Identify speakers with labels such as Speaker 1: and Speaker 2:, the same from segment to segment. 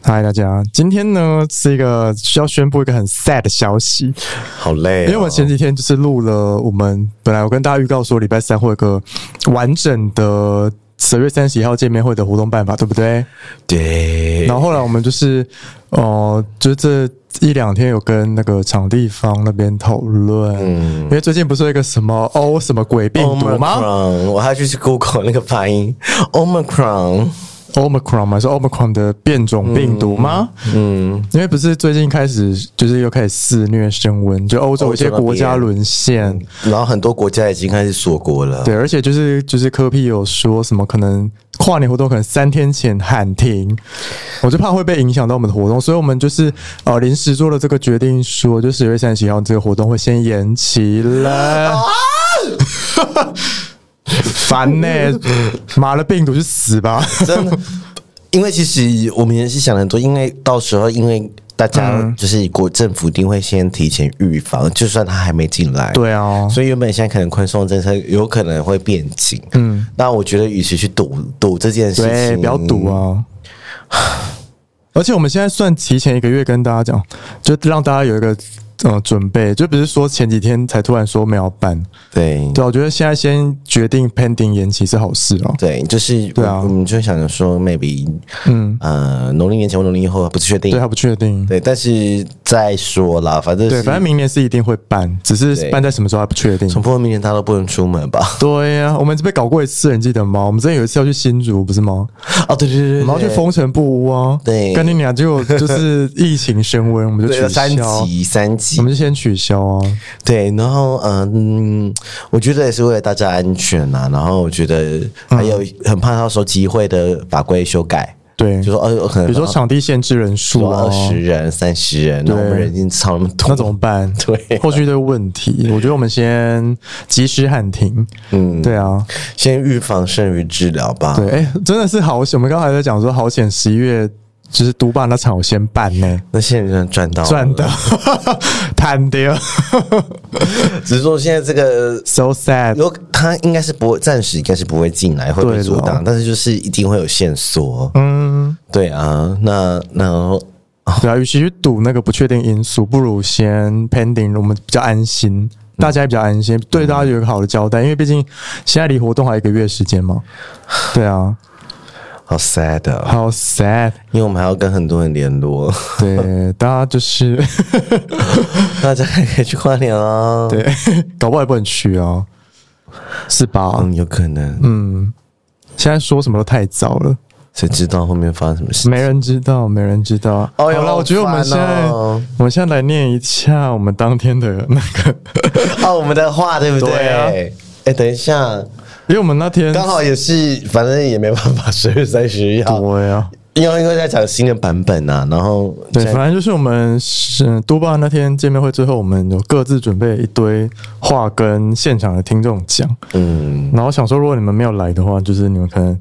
Speaker 1: 嗨，大家，今天呢是一个需要宣布一个很 sad 的消息，
Speaker 2: 好累、
Speaker 3: 啊
Speaker 1: 因为我们前几天就是录了我们本来我跟大家预告说礼拜三会有一个完整的十月三十一号见面会的活动办法，对不对？
Speaker 2: 对
Speaker 1: 然后后来我们就是，呃，就是这一两天有跟那个场地方那边讨论，因为最近不是有一个什么哦什么鬼病毒吗
Speaker 2: Omicron，我还要去 Google 那个发音 Omicron。
Speaker 1: ？Omicron 嘛，是 Omicron 的变种病毒吗？
Speaker 2: 嗯，
Speaker 1: 因为不是最近开始就是又开始肆虐升温，就欧洲有一些国家沦陷，
Speaker 2: 然后很多国家已经开始锁国了。
Speaker 1: 对，而且就是就是科比有说什么可能跨年活动可能三天前喊停，我就怕会被影响到我们的活动，所以我们就是呃临时做了这个决定说就十月三十一号这个活动会先延期了。 烦呢、妈的病毒去死吧！
Speaker 3: 真的，因为其实我们也是想了很多，因为到时候因为大家
Speaker 2: 嗯
Speaker 3: 就是国政府一定会先提前预防，就算他还没进来，
Speaker 1: 对 啊，
Speaker 3: 所以原本现在可能宽松政策有可能会变紧，嗯，那我觉得与其去赌赌这件事
Speaker 1: 对，
Speaker 3: 情，
Speaker 1: 不要赌啊！而且我们现在算提前一个月跟大家讲，就让大家有一个呃准备，就不是说前几天才突然说没有办，
Speaker 3: 对
Speaker 1: 对，我觉得现在先决定 pending 延期是好事哦。
Speaker 3: 对，就是
Speaker 1: 对啊
Speaker 3: 我们就想着说，maybe，嗯，呃，农历年前或农历年后不是确定
Speaker 1: 对，，还不确定。
Speaker 3: 对，但是再说啦，反正
Speaker 1: 对，
Speaker 3: 是
Speaker 1: 反正明年是一定会办，只是
Speaker 3: 对
Speaker 1: 办在什么时候还不确定。
Speaker 3: 从破明年大家都不能出门 吧？
Speaker 1: 对呀、我们被搞过一次，你记得吗？我们之前有一次要去新竹，不是吗？
Speaker 3: 哦，对对对对，
Speaker 1: 我们要去
Speaker 3: 对
Speaker 1: 封城不屋啊。
Speaker 3: 对
Speaker 1: 跟你俩结 果就是疫情升温，我们就取
Speaker 3: 对
Speaker 1: 消。啊
Speaker 3: 三级三级
Speaker 1: 我们就先取消啊。
Speaker 3: 对，然后嗯，我觉得也是为了大家安全呐、然后我觉得还有
Speaker 1: 嗯
Speaker 3: 很怕到时候集会的法规修改，
Speaker 1: 对，
Speaker 3: 就说呃可能
Speaker 1: 比如说场地限制人数啊
Speaker 3: 二，十人、三十人，那我们人已经超那么多，
Speaker 1: 那怎么办？
Speaker 3: 对啊
Speaker 1: 后续的问题，我觉得我们先及时喊停。嗯，对啊。
Speaker 3: 先预防胜于治疗吧？
Speaker 1: 对，哎、真的是好险！我们刚才在讲说，好险十一月就是独霸那场我先办呢、
Speaker 3: 那现在真的赚到了
Speaker 1: 赚 的，贪的
Speaker 3: 只是说现在这个
Speaker 1: ，so sad。
Speaker 3: 有他应该是不会，暂时应该是不会进来，会
Speaker 1: 对
Speaker 3: 被
Speaker 1: 了
Speaker 3: 阻挡，但是就是一定会有线索。
Speaker 1: 嗯，
Speaker 3: 对啊，那然后
Speaker 1: 对啊，与其去赌那个不确定因素，不如先 pending，我们比较安心，
Speaker 3: 嗯
Speaker 1: 大家也比较安心，对大家有一个好的交代，因为毕竟现在离活动还有一个月时间 嘛。对啊，
Speaker 3: 好 sad，、哦、
Speaker 1: 好 sad。
Speaker 3: 因为我们还要跟很多人联络。
Speaker 1: 对，大家就是
Speaker 3: 大家还可以去跨年哦。，
Speaker 1: 对， 搞不好也不能去啊，是吧？
Speaker 3: 嗯，有可能，嗯，
Speaker 1: 现在说什么都太早了。
Speaker 3: 谁知道后面发生什么 事？
Speaker 1: 没人知道，没人知道。
Speaker 3: 哎呦
Speaker 1: 好了，我觉得我们现在，
Speaker 3: 好烦哦
Speaker 1: 我们现在来念一下我们当天的那个，
Speaker 3: 哦，我们的话对不对？
Speaker 1: 对啊
Speaker 3: 哎、等一下，
Speaker 1: 因为我们那天
Speaker 3: 刚好也是，反正也没办法，十月三十一号，
Speaker 1: 对呀、
Speaker 3: 因为因为在讲新的版本啊，然后
Speaker 1: 对，
Speaker 3: 现在
Speaker 1: 反正就是我们是都爸那天见面会最后，我们有各自准备一堆话跟现场的听众讲，
Speaker 3: 嗯，
Speaker 1: 然后想说如果你们没有来的话，就是你们可能。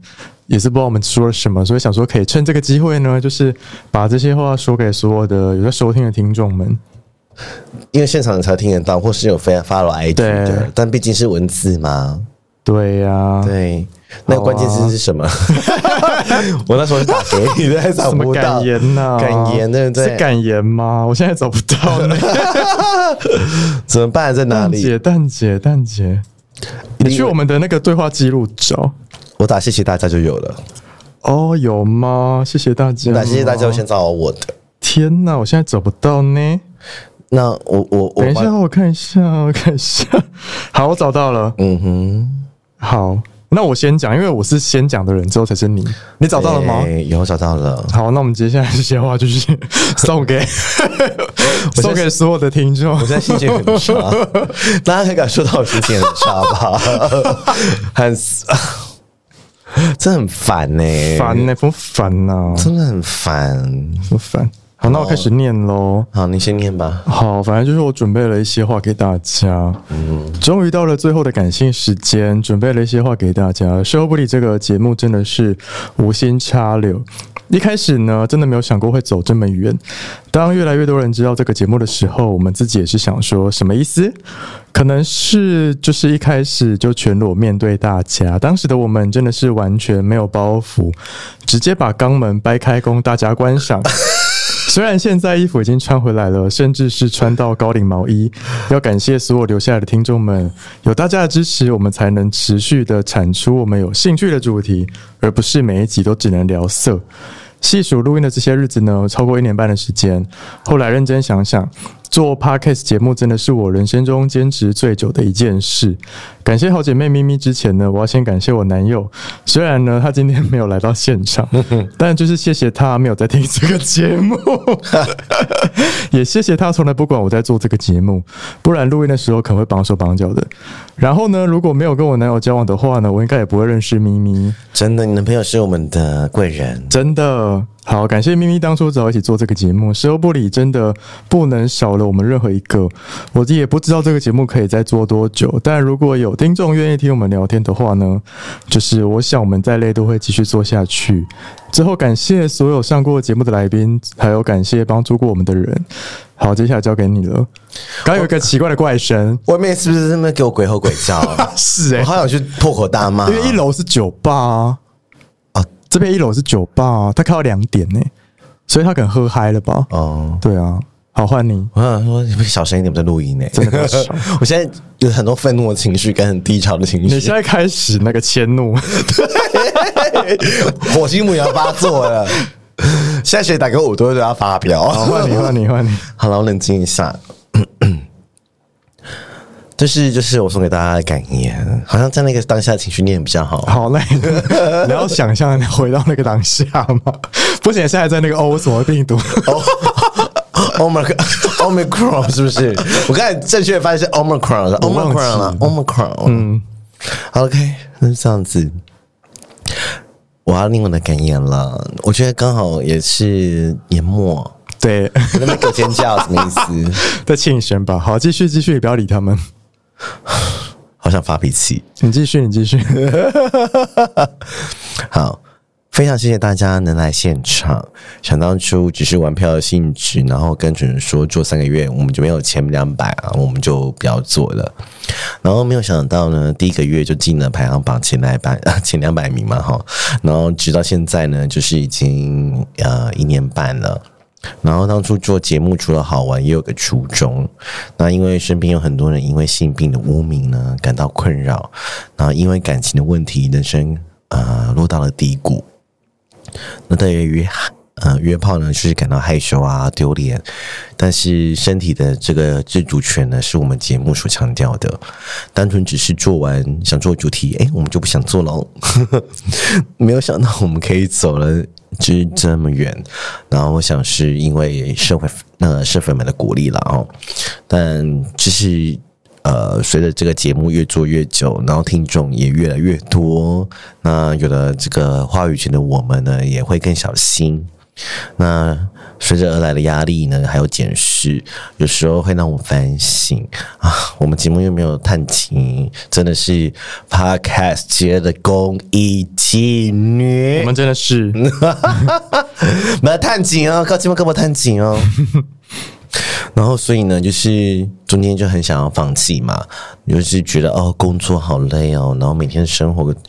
Speaker 1: 也是不知道我们说了什么，所以想说可以趁这个机会呢，就是把这些话说给所有的有在收听的听众们。
Speaker 3: 因为现场才听得到，或是有非 follow IG
Speaker 1: 对
Speaker 3: 的，但毕竟是文字嘛，
Speaker 1: 对呀、
Speaker 3: 对。那个关键字是什么？啊 我那时候是打给你的，还找
Speaker 1: 什么
Speaker 3: 不到
Speaker 1: 感言呐、
Speaker 3: 感言对不对？
Speaker 1: 是感言吗？我现在找不到呢。
Speaker 3: 怎么办？在 哪
Speaker 1: 蛋
Speaker 3: 里？
Speaker 1: 姐，蛋姐，蛋姐，
Speaker 3: 定
Speaker 1: 你去我们的那个对话记录找。
Speaker 3: 我打谢谢大家就有了。
Speaker 1: 哦，有吗？谢谢大家吗。
Speaker 3: 那谢谢大家，先找我的。
Speaker 1: 天哪，我现在找不到呢。
Speaker 3: 那我我我
Speaker 1: 等一
Speaker 3: 把
Speaker 1: 下，我看一下，我看一下。 好，我找到了。
Speaker 3: 嗯哼，
Speaker 1: 好，那我先讲，因为我是先讲的人，之后才是你。你找到了吗？
Speaker 3: 对有找到了。
Speaker 1: 好，那我们接下来这些话就是 送给送给所有的听众。
Speaker 3: 我现在心情很差， 大家可以感受到我心情很差吧？很，这很烦呢、
Speaker 1: 烦呢、不烦呐、
Speaker 3: 真的很烦。
Speaker 1: 不烦。好，那我开始念喽。
Speaker 3: 好，你先念吧。
Speaker 1: 好，反正就是我准备了一些话给大家。嗯，终于到了最后的感性时间，准备了一些话给大家。《社后不理》这个节目真的是无心插柳。一开始呢，真的没有想过会走这么远。当越来越多人知道这个节目的时候，我们自己也是想说什么意思？可能是就是一开始就全裸面对大家。当时的我们真的是完全没有包袱，直接把肛门掰开供大家观赏。虽然现在衣服已经穿回来了，甚至是穿到高领毛衣，要感谢所有留下来的听众们，有大家的支持，我们才能持续的产出我们有兴趣的主题，而不是每一集都只能聊色。细数录音的这些日子呢，超过一年半的时间。后来认真想想，做 podcast 节目真的是我人生中坚持最久的一件事。感谢好姐妹咪咪之前呢，我要先感谢我男友，虽然呢他今天没有来到现场，但就是谢谢他没有在听这个节目，也谢谢他从来不管我在做这个节目，不然录音的时候可能会绑手绑脚的。然后呢，如果没有跟我男友交往的话呢，我应该也不会认识咪咪。
Speaker 3: 真的，你男朋友是我们的贵人。
Speaker 1: 真的好，感谢咪咪当初找我一起做这个节目，石油部里真的不能少了我们任何一个。我也不知道这个节目可以再做多久，但如果有听众愿意听我们聊天的话呢，就是我想我们再累都会继续做下去。最后感谢所有上过节目的来宾，还有感谢帮助过我们的人。好，接下来交给你了。刚有一个奇怪的怪声，
Speaker 3: 外面是不是在那边给我鬼吼鬼叫啊？
Speaker 1: 是
Speaker 3: 我好想去破口大骂。
Speaker 1: 因为一楼是酒吧啊，
Speaker 3: 啊
Speaker 1: 这边一楼是酒吧啊，他开到两点呢、所以他可能喝嗨了吧？
Speaker 3: 哦，
Speaker 1: 对啊，好换你。
Speaker 3: 我想说，你们小声一点，我们在录音呢。
Speaker 1: 真的比较少
Speaker 3: 我现在有很多愤怒的情绪跟很低潮的情
Speaker 1: 你
Speaker 3: 绪
Speaker 1: 现，在开始那个迁怒，
Speaker 3: 火星母也要发作了。现在谁打给我，我都会对他发飙。
Speaker 1: 好换 你换你换你。
Speaker 3: 好了，我冷静一下。 这是就是我送给大家的感言，好像在那个当下的情绪念比较好。
Speaker 1: 好累，你要想象回到那个当下吗？不行，现在在那个欧什么病毒，
Speaker 3: Omicron Omicron 是不是？我刚才正确的发现是 Omicron 是
Speaker 1: 我忘记
Speaker 3: Omicron 啊 Omicron。嗯，OK，那就这样子。我要另我的感言了，我觉得刚好也是年末，
Speaker 1: 对，
Speaker 3: 你那边给我尖叫什么意思？
Speaker 1: 在庆生吧。好，继续继续，不要理他们。
Speaker 3: 好想发脾气。
Speaker 1: 你继续，你继续。
Speaker 3: 好，非常谢谢大家能来现场。想当初只是玩票的性质，然后跟主人说做三个月，我们就没有前两百啊，我们就不要做了。然后没有想到呢，第一个月就进了排行榜前两百 啊，前两百名嘛哈。然后直到现在呢，就是已经呃一年半了。然后当初做节目除了好玩，也有个初衷。那因为身边有很多人因为性病的污名呢感到困扰，然后因为感情的问题，人生呃落到了低谷。那对于约呃约炮呢，就是感到害羞啊、丢脸，但是身体的这个自主权呢，是我们节目所强调的。单纯只是做完想做的主题，哎、我们就不想做喽。 没有想到我们可以走了。就是这么远，然后我想是因为社会那个社粉们的鼓励了哦，但就是呃，随着这个节目越做越久，然后听众也越来越多，那有了这个话语权的我们呢，也会更小心。那随着而来的压力呢，还有检视，有时候会让我反省啊。我们节目又没有探亲，真的是 podcast 界的公益妓女。
Speaker 1: 我们真的是
Speaker 3: 不要探井哦，靠近吗？干嘛探井哦？ 然后所以呢，就是中间就很想要放弃嘛，就是觉得哦，工作好累哦，然后每天生活就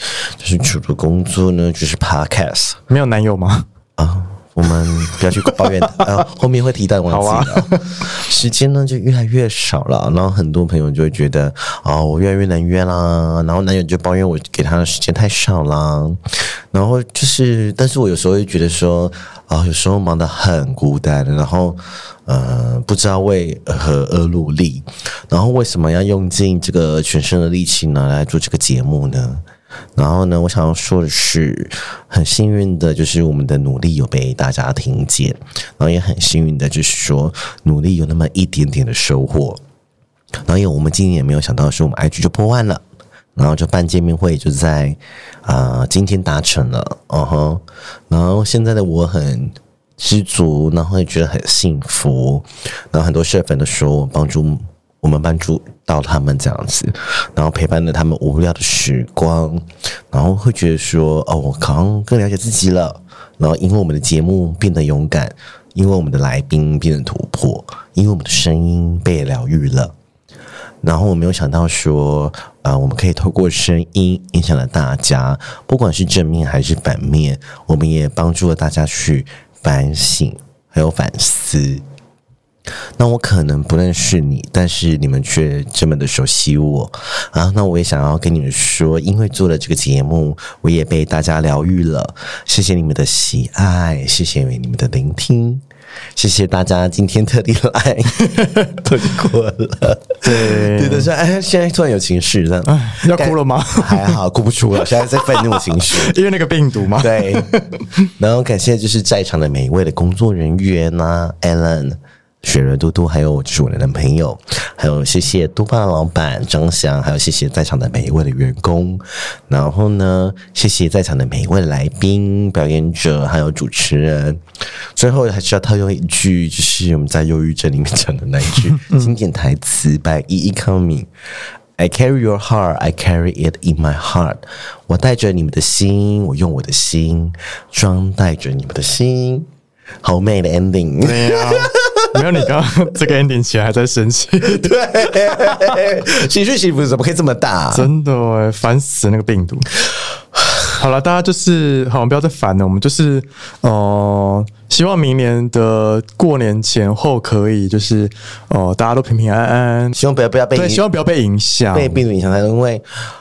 Speaker 3: 是除了工作呢，就是 podcast
Speaker 1: 没有男友 吗？
Speaker 3: 啊。我们不要去抱怨，啊，后面会提到忘记了。 时间呢就越来越少了，然后很多朋友就会觉得，哦，我越来越难约啦，然后男友就抱怨我给他的时间太少啦，然后就是，但是我有时候会觉得说，啊、有时候忙得很孤单，然后呃，不知道为何而努力，然后为什么要用尽这个全身的力气呢来做这个节目呢？然后呢，我想要说的是，很幸运的就是我们的努力有被大家听见，然后也很幸运的就是说，努力有那么一点点的收获。然后因为我们今年也没有想到是我们 IG 就破万了。然后就办见面会，就哦在啊、呃今天达成了，嗯哼。然后现在的我很知足，然后也觉得很幸福，然后很多社粉都说我帮助我们帮助到他们这样子，然后陪伴了他们无聊的时光，然后会觉得说哦，我好像更了解自己了，然后因为我们的节目变得勇敢，因为我们的来宾变得突破，因为我们的声音被疗愈了。然后我没有想到说，啊，我们可以透过声音影响了大家，不管是正面还是反面，我们也帮助了大家去反省还有反思。那我可能不认识你，但是你们却这么的熟悉我啊！那我也想要跟你们说，因为做了这个节目，我也被大家疗愈了。谢谢你们的喜爱，谢谢你们的聆听，谢谢大家今天特地 来，都就过了。
Speaker 1: 对
Speaker 3: 对的，说哎，现在突然有情绪这样，
Speaker 1: 哎要哭了吗
Speaker 3: 但还好，哭不出了，现在在愤怒情绪。
Speaker 1: 因为那个病毒嘛。
Speaker 3: 对，然后感谢就是在场的每一位的工作人员呐、啊、，Alan、雪人嘟嘟，还有就是我的男朋友，还有谢谢督爸老板张翔，还有谢谢在场的每一位的员工，然后呢，谢谢在场的每一位来宾、表演者，还有主持人。最后还是要套用一句，就是我们在忧郁症里面讲的那一句经典台词：“By E E Coming。” I carry your heart, I carry it in my heart。我带着你们的心，我用我的心装带着你们的心。好美的 ending，
Speaker 1: 对呀、没有你刚刚这个 ending 起来还在生气，
Speaker 3: 对，情绪起伏怎么可以这么大？
Speaker 1: 真的哎，烦死那个病 毒。好了，大家就是好，不要再烦了。我们就是呃，希望明年的过年前后可以就是呃，大家都平平安安。
Speaker 3: 希望不要不要被
Speaker 1: 对，希
Speaker 3: 影
Speaker 1: 望不要被影响。
Speaker 3: 被病毒影响太多，因为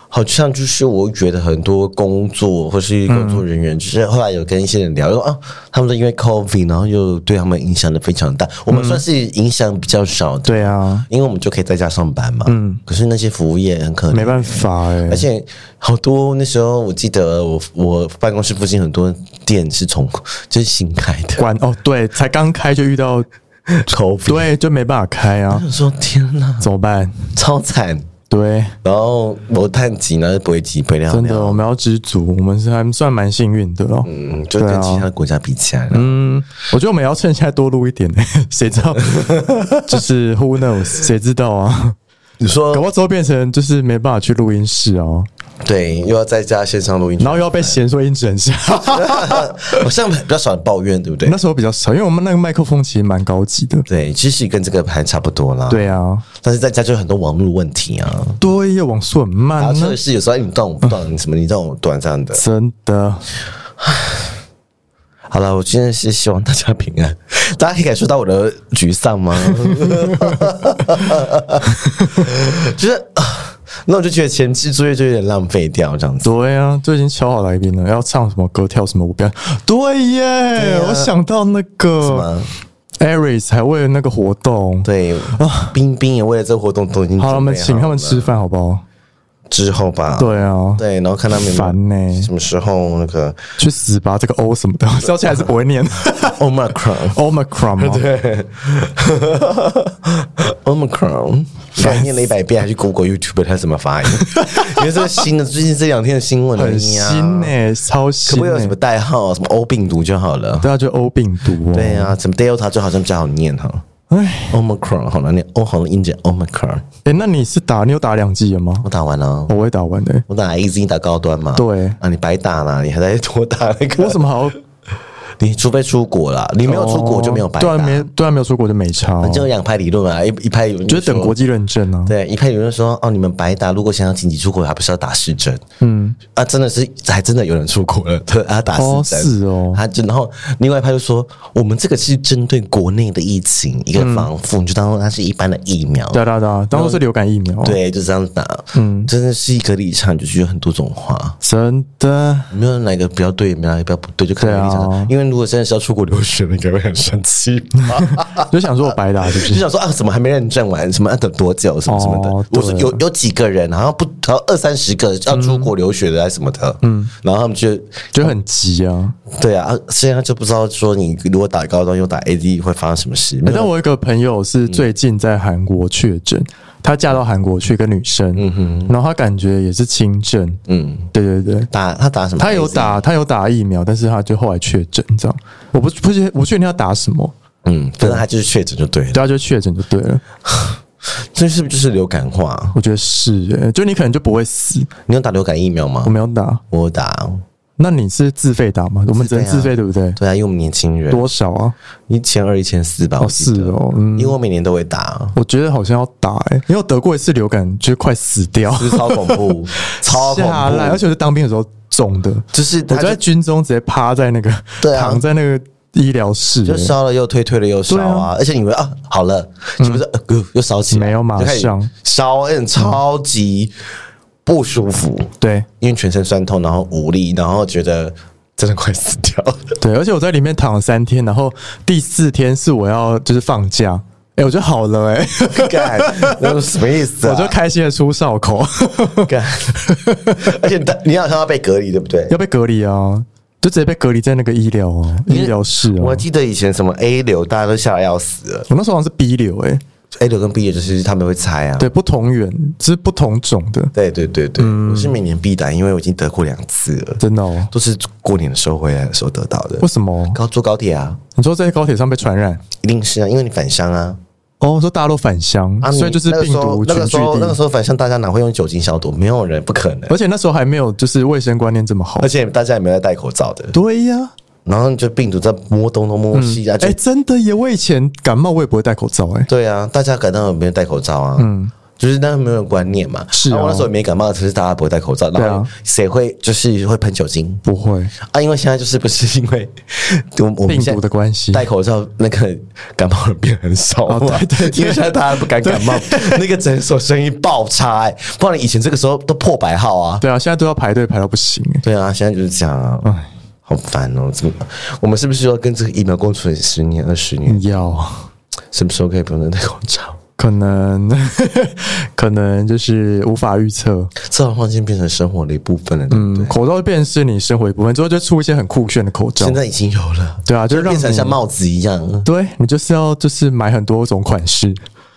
Speaker 3: 好像就是我觉得很多工作或是工作人
Speaker 1: 嗯
Speaker 3: 员，就是后来有跟一些人聊，说啊，他们都因为 COVID，然后又对他们影响的非常大。我们算是影响比较少的，
Speaker 1: 嗯对啊，
Speaker 3: 因为我们就可以在家上班嘛。嗯，可是那些服务业很可怜，
Speaker 1: 没办法哎、
Speaker 3: 而且好多那时候我记得我我办公室附近很多店是从 就是新开的，
Speaker 1: 关哦，对，才刚开就遇到，
Speaker 3: 头发。
Speaker 1: 对，就没办法开啊，
Speaker 3: 我说天哪，
Speaker 1: 怎么办？
Speaker 3: 超惨。
Speaker 1: 对，
Speaker 3: 然后我叹气，然后不会急，不会啊尿
Speaker 1: 真
Speaker 3: 尿
Speaker 1: 的，我们要知足，我们是还算蛮幸运的咯。
Speaker 3: 嗯，就跟其他的国家比起来了，
Speaker 1: 嗯，我觉得我们也要趁现在多录一点、 谁知 道？就是 who knows，谁知道 啊？
Speaker 3: 你
Speaker 1: 搞不
Speaker 3: 说
Speaker 1: 好之后变成就是没办法去录音室哦，
Speaker 3: 对，又要在家线上录音，
Speaker 1: 然后又要被嫌说音质很差。
Speaker 3: 啊 好像比较少人抱怨，对不对
Speaker 1: 那？时候比较少，因为我们那个麦克风其实蛮高级的。
Speaker 3: 对，其实跟这个还差不多啦。，
Speaker 1: 对啊，
Speaker 3: 但是在家就有很多网络问题啊，
Speaker 1: 对呀，网速很
Speaker 3: 然后
Speaker 1: 慢
Speaker 3: 测
Speaker 1: 呢
Speaker 3: 试，有时候你动不动什么，你这种短暂的，
Speaker 1: 真的。
Speaker 3: 好了，我真的是希望大家平安。 大家可以感受到我的沮丧吗？ 就是，啊那我就觉得前期作业就有点浪费掉这样子。
Speaker 1: 对啊，就已经敲好来宾了，要唱什么歌，跳什么舞表演。对耶，我想到那个
Speaker 3: 啊么
Speaker 1: Aries 还为了那个活动，
Speaker 3: 对，冰冰也为了这个活动都已经
Speaker 1: 好了，我
Speaker 3: 准备
Speaker 1: 们请他们吃饭好不好？
Speaker 3: 之后吧。
Speaker 1: 对啊，
Speaker 3: 对，然后看他们有没有
Speaker 1: 烦呢
Speaker 3: 什么时候那个
Speaker 1: 去死吧！这个 O 什么的， 笑起来还是不会念
Speaker 3: Omicron。
Speaker 1: Omicron 吗？
Speaker 3: 对，Omicron，改念了一百遍，还去 Google、YouTube 它怎 么发音？因为这个新的，最近这两天的新闻而
Speaker 1: 很
Speaker 3: 已啊
Speaker 1: 新呢，超
Speaker 3: 可
Speaker 1: 新欸
Speaker 3: 不可以有什么
Speaker 1: 呢。
Speaker 3: 代号？什么 O 病毒就好了。
Speaker 1: 对啊，就 O 病毒哦。
Speaker 3: 对啊，什么 Delta 就好像比较好念哈。
Speaker 1: 哎，
Speaker 3: Omicron 好难念，O 好难音节 Omicron。
Speaker 1: 哎，那你是打你有打两剂了吗？
Speaker 3: 我打完了，
Speaker 1: 我会打完欸的。
Speaker 3: 我打 A Z 打高端嘛。
Speaker 1: 对
Speaker 3: 啊，你白打了，你还在多打那个？
Speaker 1: 为什么还要
Speaker 3: 你除非出国啦，你没有出国就没有白
Speaker 1: 对
Speaker 3: 打。
Speaker 1: 啊，没对啊，没有出国就没差哦。
Speaker 3: 反正有两派理论啊，一一派理论
Speaker 1: 就是
Speaker 3: 说
Speaker 1: 等国际认证啊。
Speaker 3: 对，一派有人说哦，你们白打，如果想要紧急出国，还不是要打市政？嗯，啊，真的是，还真的有人出国了， 对，他打市
Speaker 1: 哦
Speaker 3: 政，
Speaker 1: 是哦
Speaker 3: 他就然后另外一派就说，我们这个是针对国内的疫情一个
Speaker 1: 嗯
Speaker 3: 防护，你就当做它是一般的疫苗，
Speaker 1: 对啊对啊对啊，当做是流感疫苗。，
Speaker 3: 对，就这样打，嗯，真的是一个立场，就是有很多种话。
Speaker 1: 真 的。
Speaker 3: 没有哪个比较对，没有哪个比较不对，就看你立场。
Speaker 1: 对啊
Speaker 3: 因为如果真的是要出国留学的，应该会很生气吧？
Speaker 1: 就想说我白打是不？
Speaker 3: 就是想说啊，怎么还没认证完？什么要啊等多久？什么什么的。
Speaker 1: 哦
Speaker 3: 我说
Speaker 1: 对
Speaker 3: 有有几个人，好像不，好像二三十个要出国留学的啊什么的。嗯，然后他们就
Speaker 1: 就很急啊。
Speaker 3: 对啊，现在就不知道说你如果打高端又打 AD 会发生什么事。没
Speaker 1: 欸但
Speaker 3: 有
Speaker 1: 我有一个朋友是最近在韩国确诊，她嫁到韩国去，一个女生，
Speaker 3: 嗯哼，
Speaker 1: 然后她感觉也是轻症，
Speaker 3: 嗯，
Speaker 1: 对对对，
Speaker 3: 打他打什么？
Speaker 1: 她有，打她有打疫苗，但是她就后来确诊这样，我不不确不确定她打什么，
Speaker 3: 嗯，反正他就是确诊就对了。
Speaker 1: 对，她就确诊就对了，
Speaker 3: 这是不是就是流感化？
Speaker 1: 我觉得是、欸，就你可能就不会死，
Speaker 3: 你有打流感疫苗吗
Speaker 1: 我？没有打，
Speaker 3: 我有打，
Speaker 1: 那你是自费打吗？我们只能自费对不对？
Speaker 3: 对啊，因为我们年轻人，
Speaker 1: 多少啊？
Speaker 3: 一千二、一千四吧，
Speaker 1: 哦
Speaker 3: 我记
Speaker 1: 是
Speaker 3: 得。
Speaker 1: 哦，嗯
Speaker 3: 因为，我每年都会打，
Speaker 1: 我觉得好像要打哎、因为我得过一次流感，就快死掉。
Speaker 3: 就是超恐怖，超恐怖
Speaker 1: 吓，烂而且我是当兵的时候中的，
Speaker 3: 就是
Speaker 1: 我
Speaker 3: 他
Speaker 1: 在
Speaker 3: 就
Speaker 1: 军中直接趴在那个，
Speaker 3: 对啊
Speaker 1: 躺在那个医疗室、
Speaker 3: 就烧了又退，退了又烧
Speaker 1: 对嗯
Speaker 3: 啊！而且你以为啊好了，是不是呃咕又烧起来？
Speaker 1: 没有马
Speaker 3: 就开始
Speaker 1: 上
Speaker 3: 烧，嗯，超级不舒服，
Speaker 1: 对
Speaker 3: 因为全身酸痛，然后无力，然后觉得真的快死掉了。
Speaker 1: 对，而且我在里面躺了三天，然后第四天是我要就是放假，哎、我就好了哎、
Speaker 3: 干，那是什么意思啊？
Speaker 1: 我就开心的出哨口，
Speaker 3: 干，而且他你好像要被隔离，对不对？
Speaker 1: 要被隔离啊，就直接被隔离在那个医疗啊，医疗室啊。
Speaker 3: 我
Speaker 1: 我
Speaker 3: 记得以前什么 A 流，大家都吓得要死了。
Speaker 1: 那时候好像是 B 流哎、
Speaker 3: A 流跟 B 流就是他们会猜啊。
Speaker 1: 对，不同源是不同种的，
Speaker 3: 对对对对，
Speaker 1: 嗯
Speaker 3: 我是每年必打，因为我已经得过两次了，
Speaker 1: 真的哦。
Speaker 3: 都是过年的时候回来的时候得到的
Speaker 1: 为。什么？
Speaker 3: 高坐高铁啊，
Speaker 1: 你说在高铁上被传染？
Speaker 3: 一定是啊，因为你返乡啊，
Speaker 1: 哦，说大家都返乡，
Speaker 3: 啊，
Speaker 1: 所以
Speaker 3: 你
Speaker 1: 就是
Speaker 3: 那个
Speaker 1: 病
Speaker 3: 时候
Speaker 1: 毒
Speaker 3: 那
Speaker 1: 群
Speaker 3: 个
Speaker 1: 聚
Speaker 3: 时候那个时
Speaker 1: 地。
Speaker 3: 候返乡，大家哪会用酒精消毒？没有人，不可能。
Speaker 1: 而且那时候还没有就是卫生观念这么好
Speaker 3: 而。且大家也没有在戴口罩的，
Speaker 1: 对呀，
Speaker 3: 然后你就病毒在摸东东摸西啊，就
Speaker 1: 哎，真的耶！我以前感冒我也不会戴口罩，哎，
Speaker 3: 对啊，大家感到有没有戴口罩啊？嗯，就是那没有观念嘛。
Speaker 1: 是啊
Speaker 3: 然后我那时候也没感冒，只是大家不会戴口罩，
Speaker 1: 对啊
Speaker 3: 然后谁会就是会喷酒精
Speaker 1: 不会，
Speaker 3: 啊？因为现在就是不是因 为我我们
Speaker 1: 病
Speaker 3: 现
Speaker 1: 毒
Speaker 3: 在
Speaker 1: 的关系。
Speaker 3: 戴口罩，那个感冒人变很少嘛、
Speaker 1: 哦对对对
Speaker 3: 因为现在大家不敢感冒，那个诊所生意爆差、欸，不然以前这个时候都破百号啊。
Speaker 1: 对啊，现在都要排队排到不行，哎，
Speaker 3: 对啊，现在就是这样啊，好烦哦！怎么我们是不是要跟这个疫苗共存十年、二十
Speaker 1: 嗯
Speaker 3: 年？
Speaker 1: 要
Speaker 3: 什么时候可以不用再戴口罩？
Speaker 1: 可能 可能就是无法预测。
Speaker 3: 这好像已经变成生活的一部分了，对不对？
Speaker 1: 嗯，口罩变成是你生活一部分，之后就出一些很酷炫的口罩
Speaker 3: 现。在已经有了，
Speaker 1: 对啊，就让
Speaker 3: 变成
Speaker 1: 你
Speaker 3: 像帽子一样。
Speaker 1: 对你就是要就是买很多种款式，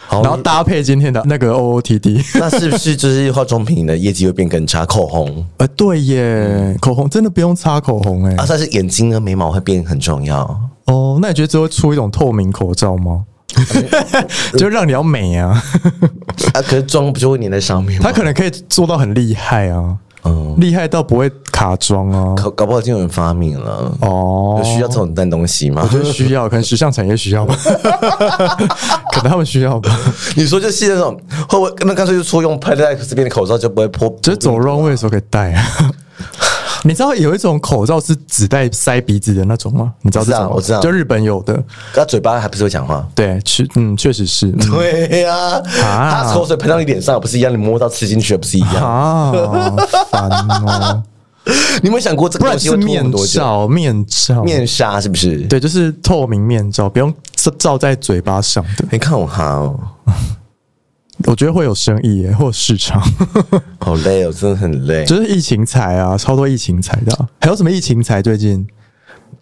Speaker 3: 好
Speaker 1: 然后搭配今天的那个 OOTD。
Speaker 3: 那是不是就是化妆品的业绩会变更差？口红
Speaker 1: 呃，对耶，口红真的不用擦口红哎、
Speaker 3: 嗯啊，但是眼睛跟眉毛会变很重要。啊
Speaker 1: 哦，那你觉得只会出一种透明口罩吗？
Speaker 3: 哎
Speaker 1: 就让你要美啊，
Speaker 3: 啊，可是妆不就会粘在上面吗
Speaker 1: 它？可能可以做到很厉害啊，
Speaker 3: 嗯，
Speaker 1: 厉害到不会卡妆啊。
Speaker 3: 搞搞不好已经有人发明了，
Speaker 1: 哦
Speaker 3: 有，需要这种烂东西吗
Speaker 1: 我？觉得需要，可能时尚产业需要吧， 可能他们需要吧。
Speaker 3: 你说就是那种会不会？那干脆就说用喷在这边的口罩就不会破，
Speaker 1: 就是走 runway 的时候可以戴、啊。你知道有一种口罩是只戴塞鼻子的那种吗？你知道这种吗
Speaker 3: 我知道我知道
Speaker 1: 就日本有的，
Speaker 3: 他嘴巴还不是会讲话。
Speaker 1: 对，确嗯，确实 是。嗯
Speaker 3: 对呀、
Speaker 1: 啊
Speaker 3: 他口水喷到你脸上不是一样？你摸到吃进去也不是一样？
Speaker 1: 啊，烦哦！
Speaker 3: 你有没有想过这
Speaker 1: 不
Speaker 3: 个
Speaker 1: 然
Speaker 3: 东西
Speaker 1: 是
Speaker 3: 会拖很
Speaker 1: 面
Speaker 3: 多久？
Speaker 1: 罩，面罩，
Speaker 3: 面纱是不是？
Speaker 1: 对，
Speaker 3: 对
Speaker 1: 就是透明面罩，不用罩罩在嘴巴上的。
Speaker 3: 你看我哈哦，
Speaker 1: 我觉得会有生意耶，或有市场，
Speaker 3: 好累哦，真的很累。
Speaker 1: 就是疫情财啊，超多疫情财的啊、还有什么疫情财？最近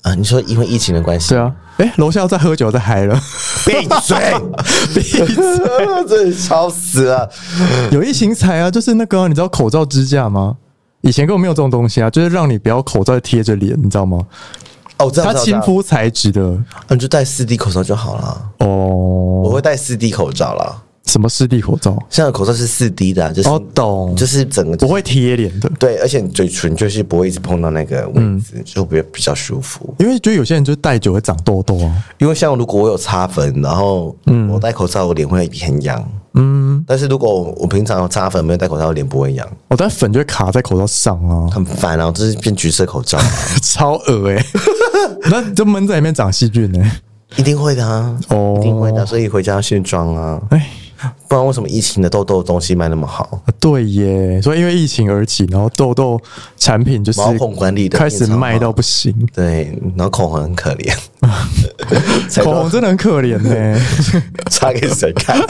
Speaker 3: 啊，你说因为疫情的关系，
Speaker 1: 对啊，哎、楼下在喝酒，在嗨 了，
Speaker 3: 闭嘴，闭嘴，真的超死了。
Speaker 1: 有疫情财啊，就是那个啊、你知道口罩支架吗？以前根本没有这种东西啊，就是让你不要口罩贴着脸，你知道吗？
Speaker 3: 哦，我知道，
Speaker 1: 它
Speaker 3: 我知道
Speaker 1: 亲，肤材质的
Speaker 3: 啊你就戴四 D 口罩就好了。我
Speaker 1: 哦，
Speaker 3: 会戴四 D 口罩啦，
Speaker 1: 什么湿地口罩？
Speaker 3: 现在的口罩是四 D 的啊，就是
Speaker 1: 哦，懂，
Speaker 3: 就是是整个
Speaker 1: 不会贴脸的，
Speaker 3: 对，而且你嘴唇就是不会一直碰到那个位置，
Speaker 1: 嗯
Speaker 3: 就比较比较舒服。
Speaker 1: 因为就有些人就戴久会长痘痘啊。
Speaker 3: 因为像如果我有擦粉，然后
Speaker 1: 嗯
Speaker 3: 我戴口罩，我脸会很痒。嗯，但是如果我我平常有擦粉没有戴口罩，我脸不会痒，
Speaker 1: 哦，但粉就会卡在口罩上啊，
Speaker 3: 很烦啊，这是变橘色口 罩。
Speaker 1: 超恶哎、 那就闷在里面长细菌呢、
Speaker 3: 一定会的啊，
Speaker 1: 哦
Speaker 3: 一定会的，所以回家要卸妆啊，
Speaker 1: 哎、
Speaker 3: 不然为什么疫情的痘痘东西卖那么好？
Speaker 1: 啊对耶，所以因为疫情而起，然后痘痘产品就是
Speaker 3: 毛孔管理的
Speaker 1: 开始
Speaker 3: 变超
Speaker 1: 卖
Speaker 3: 好
Speaker 1: 到不行，
Speaker 3: 对，然后口红很 可怜，才
Speaker 1: 口 红真的很可怜呢、
Speaker 3: 擦给谁看、啊？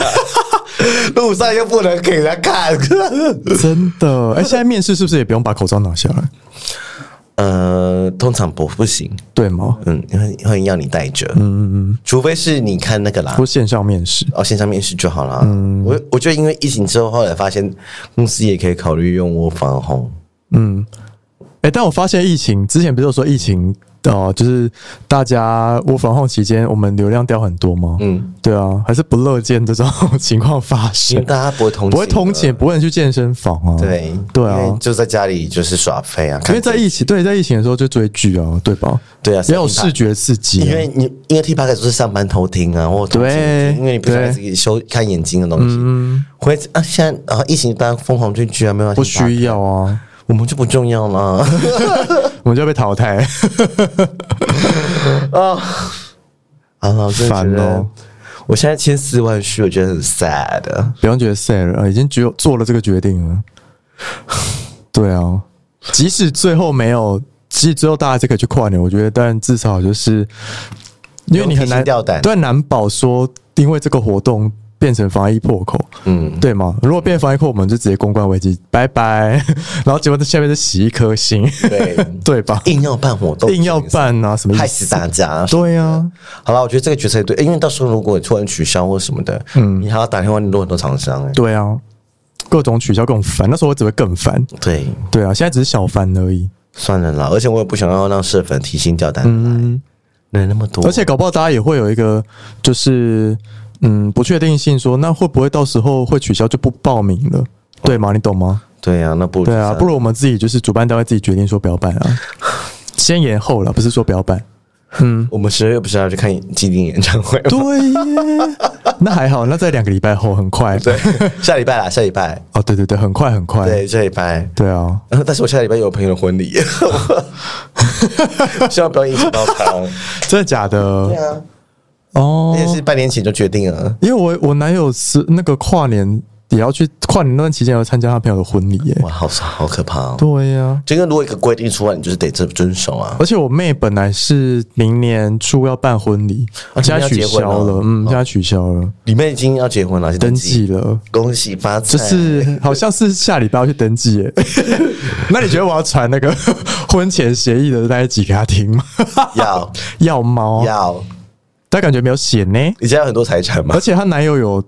Speaker 3: 路上又不能给人家看，
Speaker 1: 真的，哎、现在面试是不是也不用把口罩拿下来？
Speaker 3: 呃，通常不不行，
Speaker 1: 对吗？
Speaker 3: 嗯，因为会要你带着，嗯嗯嗯，除非是你看那个啦
Speaker 1: 或，线上面试，
Speaker 3: 哦，线上面试就好啦。嗯，我我觉得因为疫情之后，后来发现公司也可以考虑用我防红，
Speaker 1: 哎、但我发现疫情之前不是有说疫情哦、呃就是大家窝防控期间，我们流量掉很多吗？嗯，对啊，还是不乐见这种 情况发
Speaker 3: 因为
Speaker 1: 生，
Speaker 3: 大家不会通
Speaker 1: 不会通勤，
Speaker 3: 勤了，
Speaker 1: 不会去健身房啊，
Speaker 3: 对
Speaker 1: 对啊
Speaker 3: 因为就在家里就是耍废啊，
Speaker 1: 因
Speaker 3: 看
Speaker 1: 为在疫情，对，在疫情的时候就追剧啊，对吧？
Speaker 3: 对啊
Speaker 1: 也有视觉刺激、啊，
Speaker 3: 因为你因为 T 八 K 就是上班偷听啊，或者通勤
Speaker 1: 对
Speaker 3: 听因为你不想
Speaker 1: 对嗯
Speaker 3: 自己收看眼睛的东西，会啊现在啊疫情大家疯狂追剧啊，没有
Speaker 1: 不需要啊，
Speaker 3: 我们就不重要啦。
Speaker 1: 我们就要被淘汰。
Speaker 3: 好啊了，我真的觉
Speaker 1: 烦
Speaker 3: 得
Speaker 1: 哦
Speaker 3: 我现在千丝万绪，我觉得很 sad。
Speaker 1: 不用觉得 sad 了，已经只有做了这个决定 了。对啊，即使最后没有，即使最后大家这个去跨年，我觉得，但至少就是因为你很
Speaker 3: 提心
Speaker 1: 难
Speaker 3: 吊胆
Speaker 1: 对，啊难保说因为这个活动变成防疫破口，
Speaker 3: 嗯，
Speaker 1: 对吗？如果变防疫破口，我们就直接公关危机，拜拜。 然后结果在下面就洗一颗 星，
Speaker 3: 对，
Speaker 1: 对吧？
Speaker 3: 硬要办活动，
Speaker 1: 硬要，办啊，什么
Speaker 3: 害
Speaker 1: 意
Speaker 3: 死
Speaker 1: 思？
Speaker 3: 大家。
Speaker 1: 对啊，
Speaker 3: 好了，我觉得这个决策也对，因为到时候如果突然取消或什么的，嗯，你还要打电话联络很多厂商、欸。
Speaker 1: 对啊，各种取消更烦，那时候我只会更烦。
Speaker 3: 对，
Speaker 1: 对啊，现在只是小烦而已。
Speaker 3: 算了啦，而且我也不想要让社粉提心吊胆。嗯，人那么多，
Speaker 1: 而且搞不好大家也会有一个就是嗯不确定性说那会不会到时候会取消就不报名了，对吗？你懂吗？
Speaker 3: 对啊，哦那不如
Speaker 1: 对啊，
Speaker 3: 就
Speaker 1: 不如我们自己就是主办单位自己决定说不要办啊，先延后了，不是说不要 办。
Speaker 3: 我们十二月不是要去看基丁演唱会吗？
Speaker 1: 对耶，那还好，那在两个礼拜后很快。
Speaker 3: 对，下礼拜啦，下礼拜，
Speaker 1: 哦，对对对，很快很快。
Speaker 3: 对，下礼拜。
Speaker 1: 对啊，
Speaker 3: 呃但是我下礼拜有朋友的婚 礼，希望不要影响到他。
Speaker 1: 真的假
Speaker 3: 对
Speaker 1: 的？
Speaker 3: 啊，
Speaker 1: 哦
Speaker 3: 那，件事半年前就决定了。
Speaker 1: 因为我我男友是那个跨年也要去跨年那段期间要参加他朋友的婚礼耶。
Speaker 3: 哇，好好可怕哦！
Speaker 1: 对呀、
Speaker 3: 这个如果一个规定出来，你就是得遵遵守啊。
Speaker 1: 而且我妹本来是明年初要办婚礼，
Speaker 3: 啊
Speaker 1: 现在
Speaker 3: 你们要
Speaker 1: 取
Speaker 3: 结婚
Speaker 1: 消
Speaker 3: 了
Speaker 1: 了，嗯，现在取消了，
Speaker 3: 里面已经要结婚了，去
Speaker 1: 登
Speaker 3: 记
Speaker 1: 记，了。
Speaker 3: 恭喜发财！
Speaker 1: 就是好像是下礼拜要去登记 耶，那你觉得我要传那个 婚前协议的那一集给他听吗？
Speaker 3: 要
Speaker 1: 要猫，啊
Speaker 3: 要，
Speaker 1: 但感觉没有写呢。
Speaker 3: 你家有很多财产吗
Speaker 1: 而？且她男友有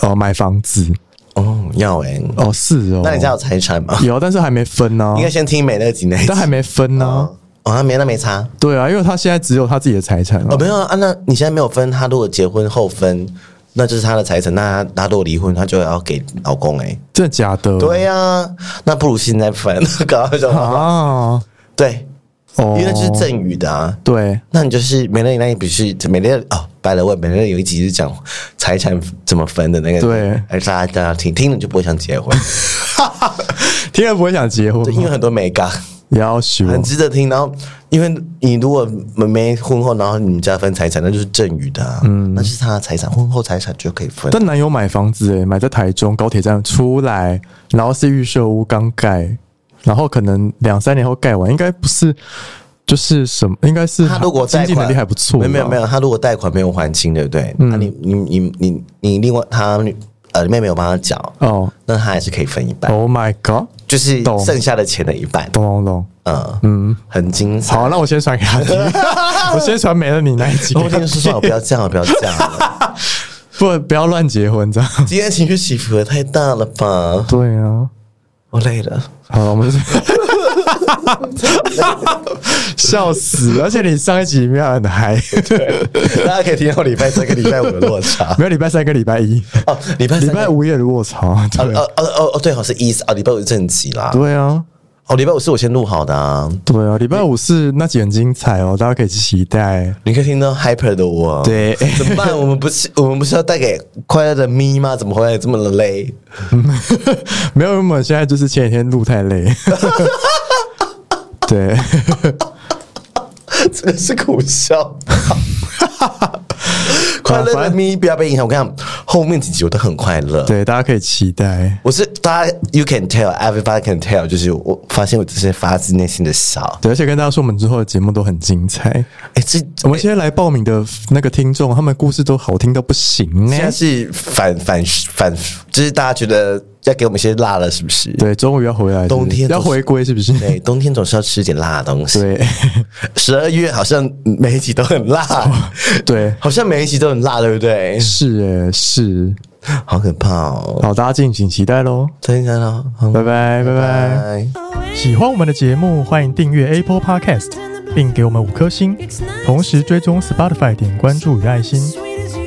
Speaker 1: 呃买房子
Speaker 3: 哦，要哎。
Speaker 1: 哦，是哦，
Speaker 3: 那你家有啊财产吗？
Speaker 1: 有，但是还没分呢、
Speaker 3: 应该先听美乐几那一集
Speaker 1: 但还没分呢、
Speaker 3: 哦，他没那没差。
Speaker 1: 对啊，因为她现在只有她自己的财产了、
Speaker 3: 哦，没有啊，那你现在没有分，他如果结婚后分，那就是他的财产。那他他如果离婚，他就要给老公哎、
Speaker 1: 真的假的？
Speaker 3: 对呀、那不如现在分， 搞那种
Speaker 1: 啊，
Speaker 3: 对，
Speaker 1: 哦，
Speaker 3: 因为那就是赠予的啊。
Speaker 1: 对，
Speaker 3: 那你就是美乐里那一笔是美乐哦，白了问美乐有一集是讲财产怎么分的那个，
Speaker 1: 对
Speaker 3: 而大家大家听听了就不会想结婚，
Speaker 1: 听了不会想结婚
Speaker 3: 对，因为
Speaker 1: 吗？
Speaker 3: 很多美感
Speaker 1: 要求
Speaker 3: 很值得听。然后，因为你如果没没婚后，然后你们家分财产，那就是赠与的、啊，嗯，那是他的财产，婚后财产就可以分。
Speaker 1: 但男友买房子诶、买在台中高铁站出来，然后是预售屋刚盖，然后可能两三年后盖完，应该不是就是什么，应该是
Speaker 3: 他如果贷
Speaker 1: 经
Speaker 3: 款
Speaker 1: 济能力还不错吧，嗯
Speaker 3: 没有没有没有，他如果贷款没有还清，对不对？那、你你你你你另外他呃妹妹有帮他缴，
Speaker 1: 哦
Speaker 3: 那他还是可以分一半，
Speaker 1: ，Oh my God，
Speaker 3: 就是
Speaker 1: 懂
Speaker 3: 剩下的钱的一半。
Speaker 1: 懂懂懂，
Speaker 3: 嗯嗯，很精彩。
Speaker 1: 好，那我先传给他 听，我先传没了你那一集给
Speaker 3: 我
Speaker 1: 他
Speaker 3: 跟你
Speaker 1: 听，
Speaker 3: 说，算了，不要这样了，不要这 样了。
Speaker 1: 不不要乱结婚这样，
Speaker 3: 今天情绪起伏也太大了吧？
Speaker 1: 对啊，
Speaker 3: 我累了。
Speaker 1: 好了，我们 笑死，而且你上一集里面很嗨，
Speaker 3: 大家可以听到礼拜三跟礼拜五的落差。
Speaker 1: 没有礼拜三跟礼拜一。
Speaker 3: 哦，礼拜
Speaker 1: 礼
Speaker 3: 三
Speaker 1: 拜五也落 潮，
Speaker 3: 哦
Speaker 1: 对、啊，
Speaker 3: 哦哦哦哦，对，好是一哦，礼拜五是正集啦。
Speaker 1: 对啊，
Speaker 3: 哦，礼拜五是我先录好的啊，
Speaker 1: 对啊，礼拜五是那集很精彩哦，大家可以期待。
Speaker 3: 你可以听到 hyper 的我。。
Speaker 1: 对，
Speaker 3: 怎 么办？我们不是我们不是要带给快乐的咪吗？怎么回来这么累？
Speaker 1: 没有，我们现在就是前几天录太累。 对，
Speaker 3: 真的是苦笑。 快乐的咪不要被影响。我跟你讲，后面几集我都很快乐。
Speaker 1: 对，大家可以期待。
Speaker 3: 我是大家，you can tell，everybody can tell，就是我发现我这是发自内心的笑。
Speaker 1: 对，而且跟大家说，我们之后的节目都很精彩。
Speaker 3: 哎、这
Speaker 1: 我们现在来报名的那个听众，他们故事都好听到不行呢
Speaker 3: 现。在是反反反，就是大家觉得要给我们一些辣了，是不是？
Speaker 1: 对，终于要回来是不是，
Speaker 3: 冬天
Speaker 1: 要回归是不是？
Speaker 3: 对，冬天总是要吃点辣的东 西。
Speaker 1: 对
Speaker 3: 十二月好像每一集都 很辣，
Speaker 1: 对，
Speaker 3: 好像每一集都很辣，对不对？
Speaker 1: 是哎、是，
Speaker 3: 好可怕哦！
Speaker 1: 好，大家敬请期待喽，
Speaker 3: 再见了，好
Speaker 1: 拜拜拜拜。
Speaker 3: 拜。
Speaker 1: 喜欢我们的节目，欢迎订阅 Apple Podcast，并给我们五颗星，同时追踪 Spotify 点关注与爱心。
Speaker 4: sweet as you.